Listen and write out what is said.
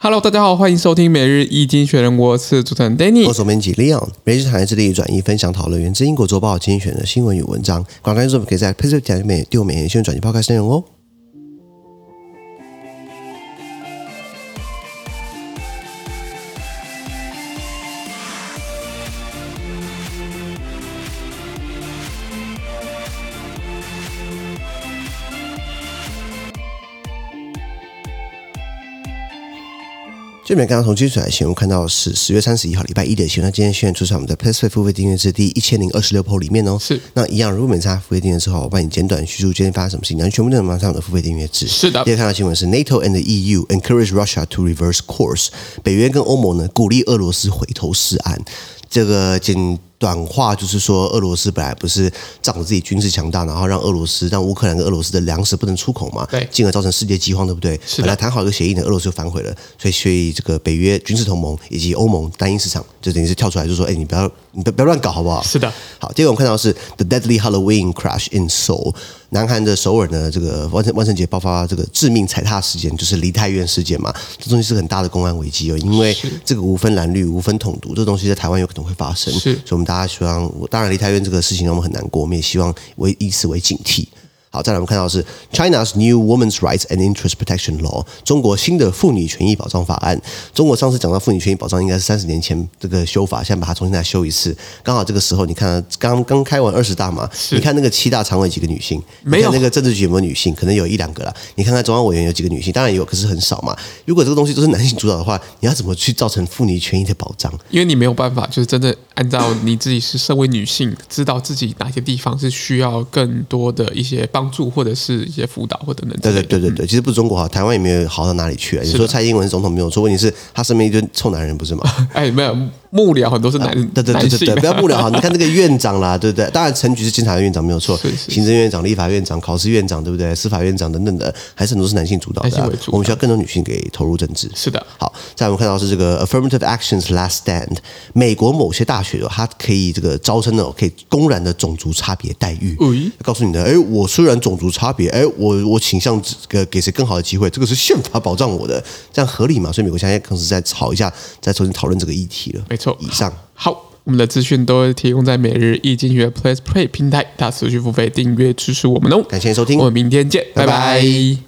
Hello，大家好，欢迎收听每日易经学人，我是主持人 Danny 我。是总编辑 Leon，每日产业致力于转移、分享、讨论源自英国《周报》精选的新闻与文章。广大听众可以在 p a c e b o o k 里面对我们延伸转移 Podcast 内容哦。这边刚刚从精选来新闻看到的是十月三十一号礼拜一的新闻，那今天新闻出在我们的 p a c e b o o k 付费订阅制第一千零二十六铺里面哦。是那一样，如果每次付费订阅之后，我帮你简短叙述今天发生什么事情，然后全部都能马上我们的付费订阅制。是的第二看到新闻是 NATO and the EU encourage Russia to reverse course，北约跟欧盟呢鼓励俄罗斯回头是岸。这个简短话就是说，俄罗斯本来不是仗着自己军事强大，然后让俄罗斯让乌克兰跟俄罗斯的粮食不能出口嘛，对进而造成世界饥荒，对不对？的本来谈好一个协议呢，俄罗斯就反悔了，所以所以这个北约军事同盟以及欧盟单一市场就等于是跳出来就说，哎，你不要你不不要乱搞好不好？是的，好，第二个我们看到的是 The Deadly Halloween Crash in Seoul，南韩的首尔呢，这个万圣万圣节爆发这个致命踩踏事件，就是梨泰院事件嘛，这东西是个很大的公安危机哦，因为这个无分蓝绿、无分统独，这东西在台湾有可能会发生，是所以我们大家希望，当然梨泰院这个事情让我们很难过，我们也希望为以此为警惕。好，再来我们看到的是 China's new Women's Rights and Interest Protection Law，中国新的妇女权益保障法案。中国上次讲到妇女权益保障，应该是三十年前这个修法，现在把它重新再修一次。刚好这个时候，你看刚刚开完二十大嘛，你看那个七大常委几个女性，没有你看那个政治局有没有女性？可能有一两个啦。你看看中央委员有几个女性，当然有，可是很少嘛。如果这个东西都是男性主导的话，你要怎么去造成妇女权益的保障？因为你没有办法，就是真的按照你自己是身为女性，知道自己哪些地方是需要更多的一些帮助，或者是一些辅导，或者等对等。对对对对，其实不是中国好，台湾也没有好到哪里去啊。你说蔡英文是总统没有错，问题是他身边一堆臭男人，不 是 吗？啊哎，没有幕僚很多是男对对对男对性啊的，对，不要 不了哈。你看那个院长啦，对不对？当然，陈局是监察院院长没有错是，是行政院长、立法院长、考试院长，对不对？司法院长等等的，还是很多是男性主导的啊、男性为主我们需要更多女性给投入政治。是的，好，再来我们看到是这个 affirmative actions last stand，美国某些大学哦，它可以这个招生哦，可以公然的种族差别待遇，喂告诉你的，哎，我虽然种族差别，哎，我我倾向这个给谁更好的机会，这个是宪法保障我的，这样合理嘛？所以美国现在更是在吵一下，在重新讨论这个议题了。没错。以上。好，我们的资讯都会提供在每日易经学 Plus Play 平台，大家持续付费订阅支持我们哦。感谢收听我们明天见，拜拜拜拜